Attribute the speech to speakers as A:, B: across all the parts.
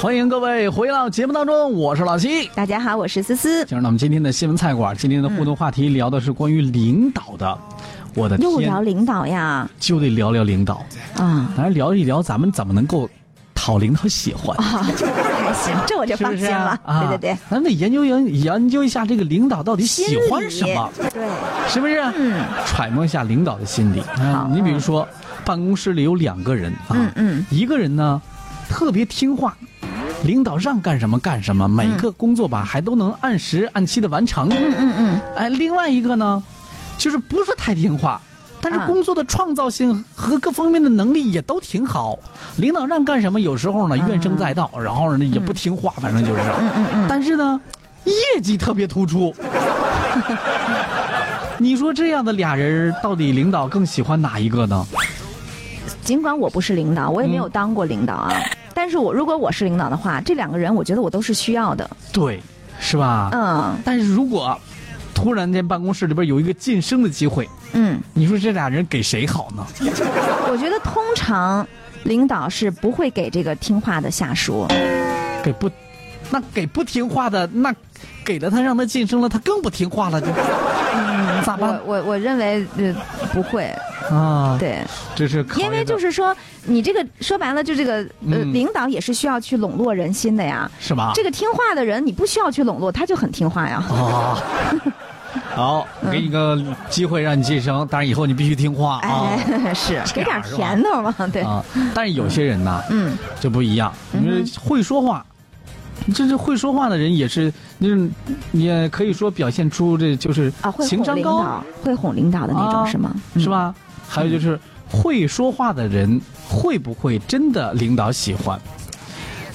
A: 欢迎各位回到节目当中，我是老七。
B: 大家好，我是思思。
A: 进入到我们今天的新闻菜馆，今天的互动话题聊的是关于领导的。我的
B: 又聊
A: 天，
B: 领导呀，
A: 就得聊聊领导，
B: 啊
A: 当然聊一聊咱们怎么能够讨领导喜欢。
B: 啊，这个还行，这我就是放
A: 不是
B: 心了。
A: 啊、
B: 对对对，，
A: 咱得研究研研究一下这个领导到底喜欢什
B: 心理
A: 么，
B: 对，
A: 是不是？
B: 嗯，
A: 揣摩一下领导的心理。啊
B: 好
A: 你比如说，办公室里有两个人啊，
B: 嗯嗯
A: 一个人呢特别听话，领导让干什么干什么，每个工作吧还都能按时按期的完成。
B: 嗯嗯嗯，
A: 哎，另外一个呢，就是不是太听话，但是
B: 啊
A: 工作的创造性和各方面的能力也都挺好。领导让干什么，有时候呢
B: 嗯
A: 怨声载道，然后呢也不听话，反正就是。但是呢，业绩特别突 出。你说这样的俩人，到底领导更喜欢哪一个呢？
B: 尽管我不是领导，我也没有当过领导啊，
A: 嗯
B: 但是我如果我是领导的话，这两个人我觉得我都是需要的。
A: 对，是吧？
B: 嗯
A: 但是如果突然间办公室里边有一个晋升的机会，
B: 嗯，
A: 你说这俩人给谁好呢？
B: 我觉得通常领导是不会给这个听话的下属。
A: 给不，那给不听话的，那给了他让他晋升了，他更不听话了，就、嗯咋
B: 我
A: 办
B: 我我认为呃不会，
A: 啊？，
B: 对。
A: 这是考验
B: 因为
A: 的
B: 就是说，你这个说白了，就这个呃，
A: 嗯
B: 领导也是需要去笼络人心的呀。
A: 是吧？
B: 这个听话的人，你不需要去笼络，他就很听话呀。
A: 啊。 好，给你个机会让你晋升，但是以后你必须听话啊、
B: 哎， 是
A: 这
B: 给
A: 样
B: 点
A: 是吧
B: 甜头嘛，对，
A: 啊！但是有些人呐，
B: 嗯，
A: 就不一样，因为会说话，就是会说话的人也是，就是你也可以说表现出这就是
B: 啊，会
A: 情
B: 哄
A: 商
B: 领
A: 高，
B: 导，会哄领导的那种
A: 啊
B: 是吗？嗯
A: 是吧？还有就是会说话的人会不会真的领导喜欢？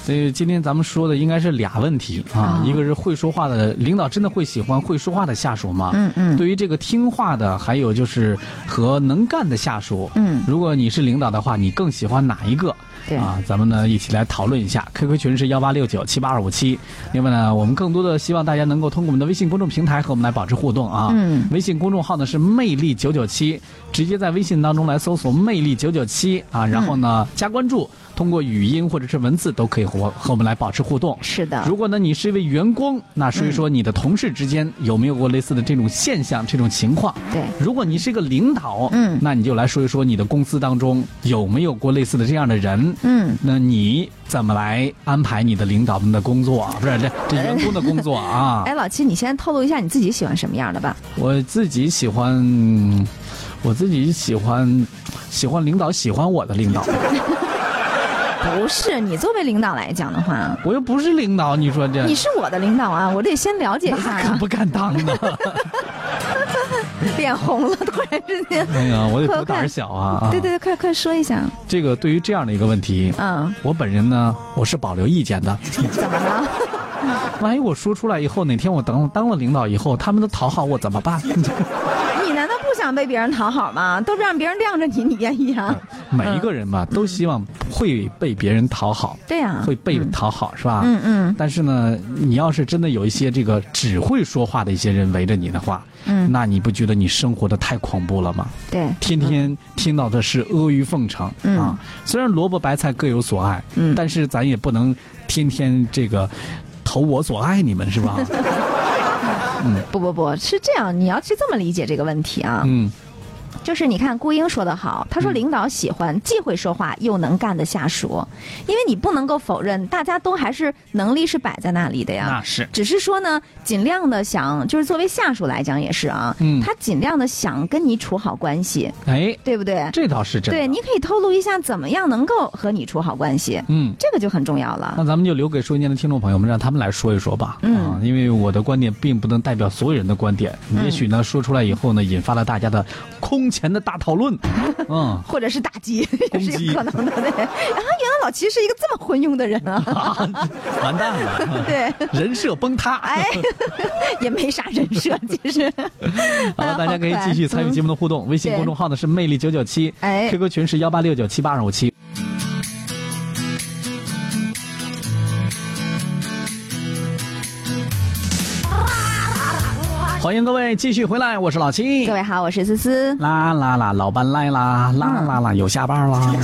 A: 所以今天咱们说的应该是俩问题啊，
B: 啊
A: 一个是会说话的领导真的会喜欢会说话的下属吗？
B: 嗯？嗯嗯
A: 对于这个听话的，还有就是和能干的下属，
B: 嗯
A: 如果你是领导的话，你更喜欢哪一个？
B: 对
A: 啊，咱们呢一起来讨论一下。QQ 群是幺八六九七八二五七。另外呢，我们更多的希望大家能够通过我们的微信公众平台和我们来保持互动啊。
B: 嗯
A: 微信公众号呢是魅力九九七，直接在微信当中来搜索“魅力九九七”啊，然后呢、加关注，通过语音或者是文字都可以和我和我们来保持互动。
B: 是的，
A: 如果呢，你是一位员工，那所以说你的同事之间有没有过类似的这种现象、这种情况？
B: 对
A: 如果你是一个领导，
B: 嗯
A: 那你就来说一说你的公司当中有没有过类似的这样的人？
B: 嗯，
A: 那你怎么来安排你的领导们的工作啊？不是这 这员工的工作啊？
B: 哎，老七，你先透露一下你自己喜欢什么样的吧？
A: 我自己喜欢，我自己喜欢，喜欢领导喜欢我的领导。
B: 不是，你作为领导来讲的话，
A: 我又不是领导，你说这
B: 你是我的领导啊，我得先了解一下
A: 嗯那可
B: 啊。
A: 不敢当呢。
B: 脸红了，突然之间，
A: 哎呀，我得
B: 快
A: 多胆
B: 快
A: 儿小啊！啊
B: 对对对，快快说一下，
A: 这个对于这样的一个问题，
B: 嗯，
A: 我本人呢，我是保留意见的。
B: 怎么了？
A: 万一我说出来以后，哪天我当当了领导以后，他们都讨好我怎么办？
B: 你难道不想被别人讨好吗？都让别人晾着你，你愿意啊？
A: 每一个人吧，都希望会被别人讨好，
B: 对呀、
A: 会被讨好，是吧？
B: 嗯嗯
A: 但是呢，你要是真的有一些这个只会说话的一些人围着你的话，
B: 嗯，
A: 那你不觉得你生活的太恐怖了吗？
B: 对，
A: 天天听到的是阿谀奉承、
B: 嗯
A: 啊，虽然萝卜白菜各有所爱，
B: 嗯
A: 但是咱也不能天天这个投我所爱你们是吧？
B: 不不不是这样，你要去这么理解这个问题啊，
A: 嗯，
B: 就是你看顾英说得好，他说领导喜欢既会说话又能干的下属，因为你不能够否认，大家都还是能力是摆在那里的呀。
A: 那是
B: 只是说呢，尽量的想，就是作为下属来讲也是啊，
A: 嗯
B: 他尽量的想跟你处好关系，
A: 哎，
B: 对不对？
A: 这倒是真的。
B: 对，你可以透露一下怎么样能够和你处好关系，
A: 嗯，
B: 这个就很重要了。
A: 那咱们就留给收音间的听众朋友们，让他们来说一说吧。
B: 嗯
A: 啊，因为我的观点并不能代表所有人的观点，也许呢说出来以后呢，引发了大家的空前的大讨论。 嗯，
B: 或者是打击 也是
A: 击
B: 有可能的，对。啊，原来老齐是一个这么昏庸的人 啊，
A: 完蛋了，嗯
B: 对，
A: 人设崩塌。
B: 哎，也没啥人设，其实。
A: 好 了，
B: 啊
A: 大家可以继续参与节目的互动。微信
B: 对
A: 公众号呢是魅力九九七，
B: 哎
A: q q 群是幺八六九七八二五七。欢迎各位继续回来，我是老七
B: 各。位好，我是思思。嗯
A: 啦啦啦，老班来啦，啦啦啦，有下班啦。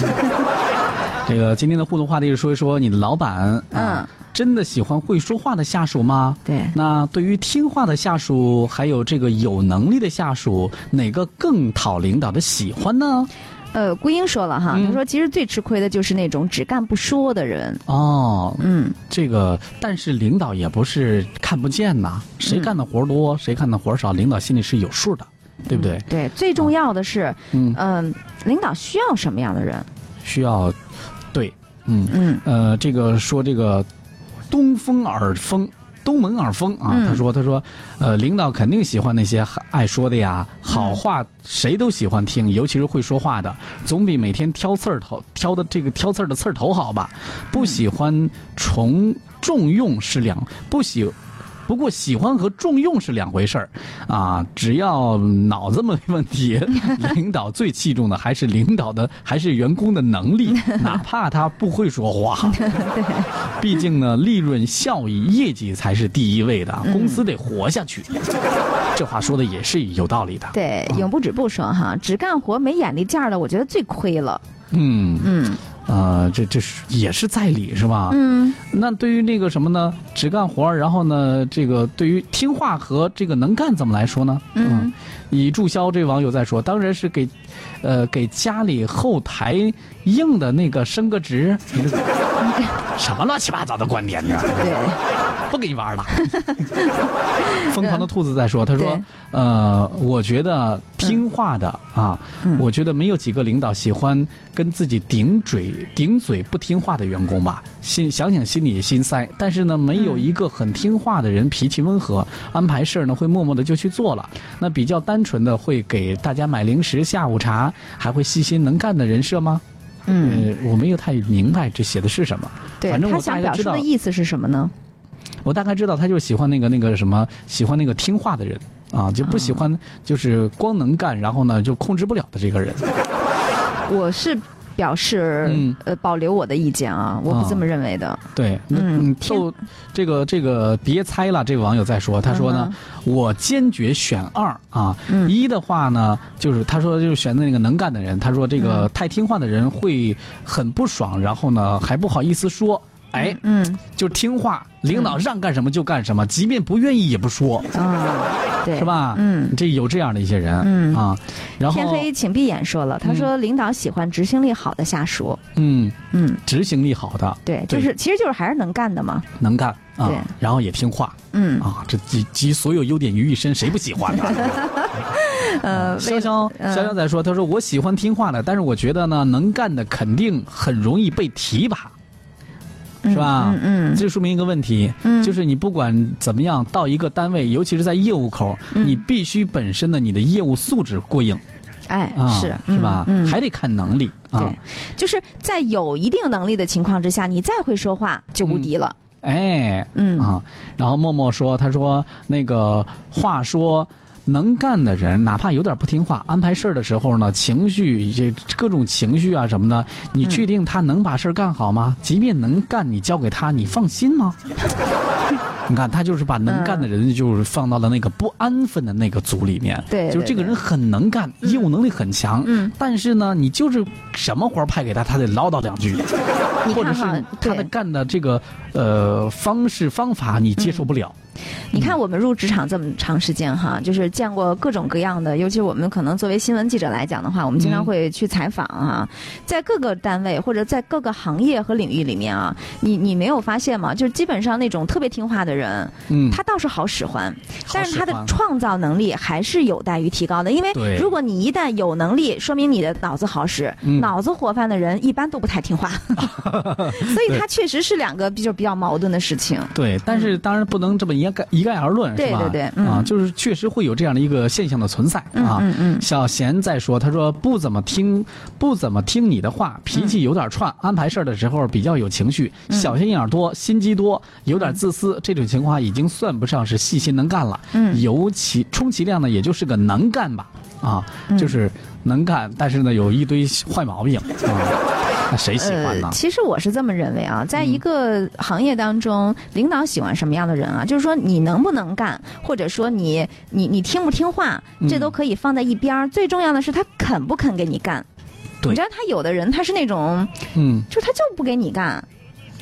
A: 这个今天的互动话题是说一说你的老板，啊
B: 嗯，
A: 真的喜欢会说话的下属吗？
B: 对
A: 那对于听话的下属，还有这个有能力的下属，哪个更讨领导的喜欢呢？
B: 呃，顾英说了哈，
A: 嗯
B: 他说其实最吃亏的就是那种只干不说的人。
A: 哦，
B: 嗯，
A: 这个，但是领导也不是看不见呐，谁
B: 嗯
A: 干的活多，谁干的活少，领导心里是有数的，对不对？
B: 对，最重要的是，
A: 嗯
B: 嗯、领导需要什么样的人？
A: 需要，对，嗯，
B: 嗯
A: 呃，这个说这个东风耳风。东门耳风啊，
B: 嗯
A: 他说：“他说，呃，领导肯定喜欢那些爱说的呀，
B: 嗯
A: 好话谁都喜欢听，尤其是会说话的，总比每天挑刺儿头挑的这个挑刺儿的刺儿头好吧？不喜欢重重用是两，不喜不过喜欢和重用是两回事儿，啊，只要脑子没问题，领导最器重的还是领导的，还是员工的能力，哪怕他不会说话。毕竟呢，利润、效益、业绩才是第一位的，公司得活下去。这话说的也是有道理的。
B: 对，永不止不说哈，只干活没眼力见儿的，我觉得最亏了。
A: 嗯，
B: 嗯
A: 呃，这这是也是在理是吧？
B: 嗯，
A: 那对于那个什么呢，只干活儿，然后呢，这个对于听话和这个能干怎么来说呢？
B: 嗯，
A: 以注销这网友在说，当然是给，呃，给家里后台硬的那个升个 职，你这什么乱七八糟的观点呢？
B: 对，
A: 不跟你玩了。 疯狂的兔子在说，他说
B: 对：“嗯
A: 呃，我觉得听话的啊，我觉得没有几个领导喜欢跟自己顶嘴、顶嘴不听话的员工吧。心想想心里也心塞，但是呢，没有一个很听话的人，脾气温和，
B: 嗯
A: 安排事儿呢会默默的就去做了。那比较单纯的会给大家买零食、下午茶，还会细心能干的人设吗？”
B: 嗯，
A: 呃，我没有太明白这写的是什么。
B: 对
A: 反正
B: 他
A: 我
B: 想
A: 大概
B: 表
A: 知
B: 述
A: 道
B: 的意思是什么呢？
A: 我大概知道他就喜欢那个那个什么，喜欢那个听话的人啊，就不喜欢就是光能干，然后呢就控制不了的这个人。
B: 我是表示、
A: 嗯
B: 呃保留我的意见啊，我
A: 啊
B: 不这么认为的。
A: 对，
B: 嗯
A: 嗯，就这个这个别猜了，这个网友在说，他说呢，我坚决选二啊，
B: 嗯
A: 一的话呢，就是他说就是选那个能干的人，他说这
B: 嗯
A: 个太听话的人会很不爽，然后呢还不好意思说，哎，
B: 嗯
A: 就听话，领导让干什么就干什么，即便不愿意也不说，
B: 啊，对，
A: 是？吧？
B: 嗯，
A: 这有这样的一些人，
B: 嗯
A: 啊，然后
B: 天黑请闭眼说了，他说领导喜欢执行力好的下属。
A: 嗯，
B: 嗯，
A: 执行力好的，
B: 对，就是其实就是还是能干的嘛。
A: 能干啊
B: 对，
A: 然后也听话
B: 嗯，
A: 啊，这集集所有优点于一身，谁不喜欢 呢？
B: 呃，
A: 潇潇
B: 嗯
A: 潇潇在说，他说我喜欢听话的，但是我觉得呢，能干的肯定很容易被提拔，
B: 嗯
A: 是吧
B: 嗯嗯
A: 这说明一个问题，
B: 嗯
A: 就是你不管怎么样到一个单位，尤其是在业务口，
B: 嗯
A: 你必须本身的你的业务素质过硬
B: 哎，
A: 啊，
B: 是
A: 是吧？
B: 嗯，嗯
A: 还得看能力啊
B: 对，，就是在有一定能力的情况之下，你再会说话就无敌了。
A: 哎，
B: 嗯
A: 啊，然后默默说，他说那个话说。能干的人，哪怕有点不听话，安排事儿的时候呢，情绪这各种情绪啊什么的，
B: 嗯
A: 你确定他能把事儿干好吗？即便能干，你交给他，你放心吗？ 你看，他就是把能干的人，就是放到了那个不安分的那个组里面。
B: 嗯对
A: 就是
B: 对
A: 这个人很能干，业务能力很强。
B: 嗯，
A: 但是呢，你就是什么活儿派给他，他得唠叨两句。
B: 你
A: 或者
B: 看
A: 是
B: 哈，
A: 他的
B: 对，
A: 干的这个呃方式方法你接受不了，
B: 你看我们入职场这么长时间哈，就是见过各种各样的，尤其我们可能作为新闻记者来讲的话，我们经常
A: 嗯
B: 会去采访啊，在各个单位或者在各个行业和领域里面啊，你你没有发现吗？就是基本上那种特别听话的人，
A: 嗯，
B: 他倒是好使唤，但是他的
A: 好使
B: 创造能力还是有待于提高的，因
A: 对
B: 为如果你一旦有能力，说明你的脑子好使，
A: 嗯
B: 脑子活泛的人一般都不 太听话，所以他确实是两个比较比较矛盾的事情。
A: 对，但是当然不能这么一概一概而论，
B: 对
A: 是吧？
B: 嗯对对嗯
A: 啊，就是确实会有这样的一个现象的存在啊。
B: 嗯嗯
A: 小贤在说，他说不怎么听，不怎么听你的话，脾
B: 嗯
A: 气有点串，安排事儿的时候比较有情绪，小心眼儿多，心机多，有点自私，这种情况已经算不上是细心能干了。
B: 嗯
A: 尤其充其量呢，也就是个能干吧，啊，
B: 嗯
A: 就是能干，但是呢有一堆坏毛病啊，那谁喜欢呢？
B: 呃
A: 嗯
B: 其实我是这么认为啊，在一个行业当中，领导喜欢什么样的人啊？就是说你能不能干，或者说你
A: 嗯
B: 你你听不听话，这都可以放在一边儿。最重要的是他肯不肯给你干。
A: 对
B: 你知道他有的人他是那种，
A: 嗯，
B: 就是他就不给你干，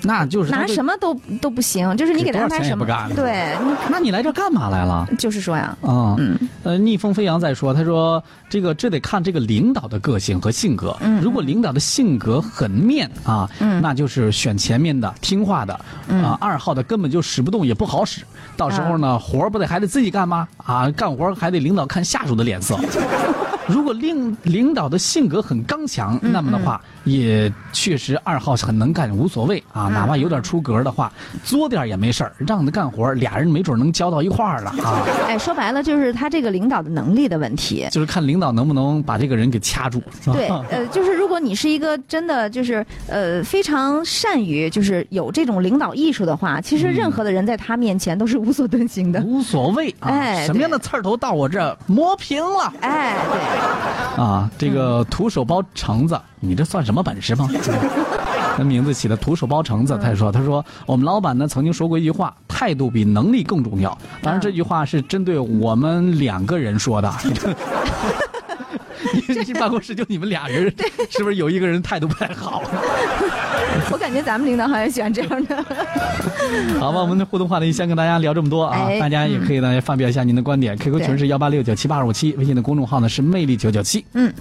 A: 那就是
B: 拿什
A: 么？
B: 么都都不行，就是你给他安排什么
A: 给多少钱也，不
B: 对，
A: 那你来这干嘛来了？
B: 你就是说呀，
A: 啊、
B: 嗯，
A: 呃，逆风飞扬在说，他说这个这得看这个领导的个性和性格。
B: 嗯
A: 如果领导的性格很面啊，
B: 嗯
A: 那就是选前面的听话的，啊、二号的根本就使不动也不好
B: 啊
A: 使。到时候呢，活儿不得还得自己干吗？啊，干活儿还得领导看下属的 脸色。如果领领导的性格很刚强，
B: 嗯
A: 那么的话，也确实二号是很能干，无所谓
B: 嗯
A: 啊，哪怕有点出格的话，作点儿也没事儿，让他干活儿，俩人没准儿能交到一块儿了啊。
B: 哎，说白了就是他这个领导的能力的 问题。
A: 就是看领导能不能把这个人给掐住。是吧
B: 对，呃，就是如果你是一个真的就是呃非常善于就是有这种领导艺术的话，其实
A: 嗯
B: 任何的人在他面前都是无所遁形的。
A: 无所谓啊，
B: 哎
A: 什么样的刺儿头到我这儿磨平了
B: 哎，对，
A: 啊！这个徒手剥橙子，你这算什么本事吗？那名字起的徒手剥橙子，他说：“他说我们老板呢曾经说过一句话，态度比能力更重要。当然这句话是针对我们两个人说的。 因为这办公室就你们俩人，是不是有一个人态度不太好？
B: 我感觉咱们领导好像喜欢这样的。
A: 好吧，我们的互动话题先跟大家聊这么多啊，
B: 哎
A: 大家也可以呢发表一下您的观点。QQ 群是幺八六九七八二五七，微信的公众号呢是魅力九九七。
B: 嗯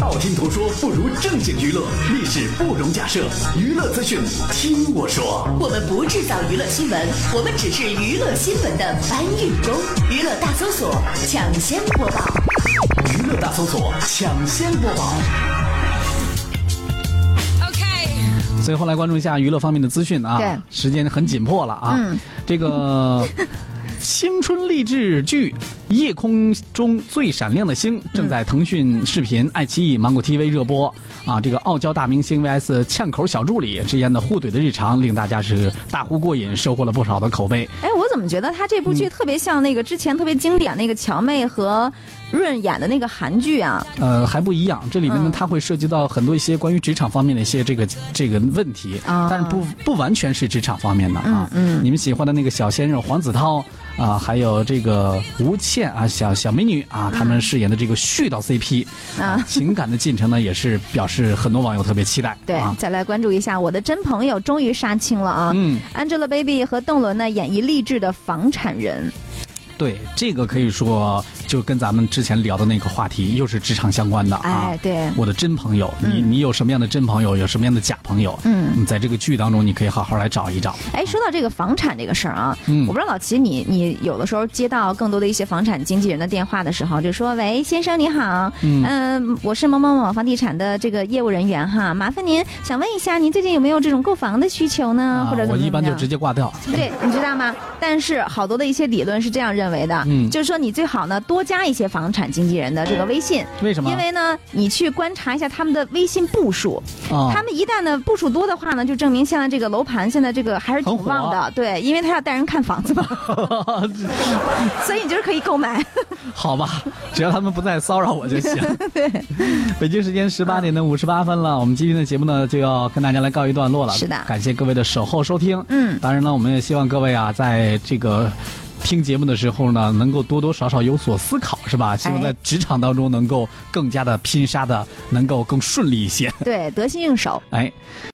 C: 道听途说不如正经娱乐，历史不容假设，娱乐资讯听我说。
D: 我们不制造娱乐新闻，我们只是娱乐新闻的搬运工。娱乐大搜索抢先播报。
C: 娱乐大搜索抢先播报。
A: 最后来关注一下娱乐方面的资讯啊，
B: 对
A: 时间很紧迫了啊。
B: 嗯
A: 这 个青春励志剧《夜空中最闪亮的
B: 嗯
A: 星》正在腾讯视频、爱奇艺、芒果 TV 热播啊。这个傲娇大明星 VS 呛口小助理之间的互怼的日常，令大家是大呼过瘾，收获了不少的口碑。
B: 哎，我怎么觉得他这部
A: 嗯
B: 剧特别像那个之前特别经典那个乔妹和润演的那个韩剧啊？
A: 呃，还不一样。这里面呢
B: 嗯，
A: 它会涉及到很多一些关于职场方面的一些这个这个问题，
B: 啊
A: 但是不不完全是职场方面的啊。
B: 嗯
A: 你们喜欢的那个小鲜肉黄子韬啊，还有这个吴倩啊，小小美女啊，他们饰演的这个絮叨 CP 啊，
B: 嗯
A: 情感的进程呢，也是表示很多网友特别期待。
B: 对，
A: 啊，
B: 再来关注一下我的真朋友终于杀青了啊！
A: 嗯
B: Angelababy 和邓伦呢演绎励志的房产人，
A: 对，这个可以说就跟咱们之前聊的那个话题又是职场相关的啊。
B: 哎，对，
A: 我的真朋友，你你有什么样的真朋友，有什么样的假朋友？
B: 嗯，
A: 在这个剧当中，你可以好好来找一找。
B: 哎，说到这个房产这个事儿啊，
A: 嗯
B: 我不知道老齐你你有的时候接到更多的一些房产经纪人的电话的时候，就说喂先生你好，
A: 嗯
B: 嗯、我是某某某房地产的这个业务人员哈，麻烦您想问一下您最近有没有这种购房的需求呢，
A: 啊
B: 或者怎
A: 我
B: 么
A: 一
B: 怎么
A: 般就
B: 样
A: 直接挂掉。
B: 对，你知道吗？但是好多的一些理论是这样认为的，
A: 嗯
B: 就是说你最好呢多加一些房产经纪人的这个微信，
A: 为什么？
B: 因为呢你去观察一下他们的微信步数，
A: 啊，
B: 他们一旦呢步数多的话呢，就证明现在这个楼盘现在这个还是挺旺
A: 很
B: 的，对，因为他要带人看房子嘛， 所以你就是可以购 买。
A: 好吧，只要他们不再骚扰我就 行。北京时间十八点的五十八分了，我们今天的节目呢就要跟大家来告一段落了。
B: 是的
A: 感谢各位的守候收听。
B: 嗯
A: 当然呢，我们也希望各位啊，在这个。听节目的时候呢，能够多多少少有所思考，是吧？希望
B: 哎
A: 在职场当中能够更加的拼杀的，能够更顺利一些。
B: 对，得心应手。
A: 哎，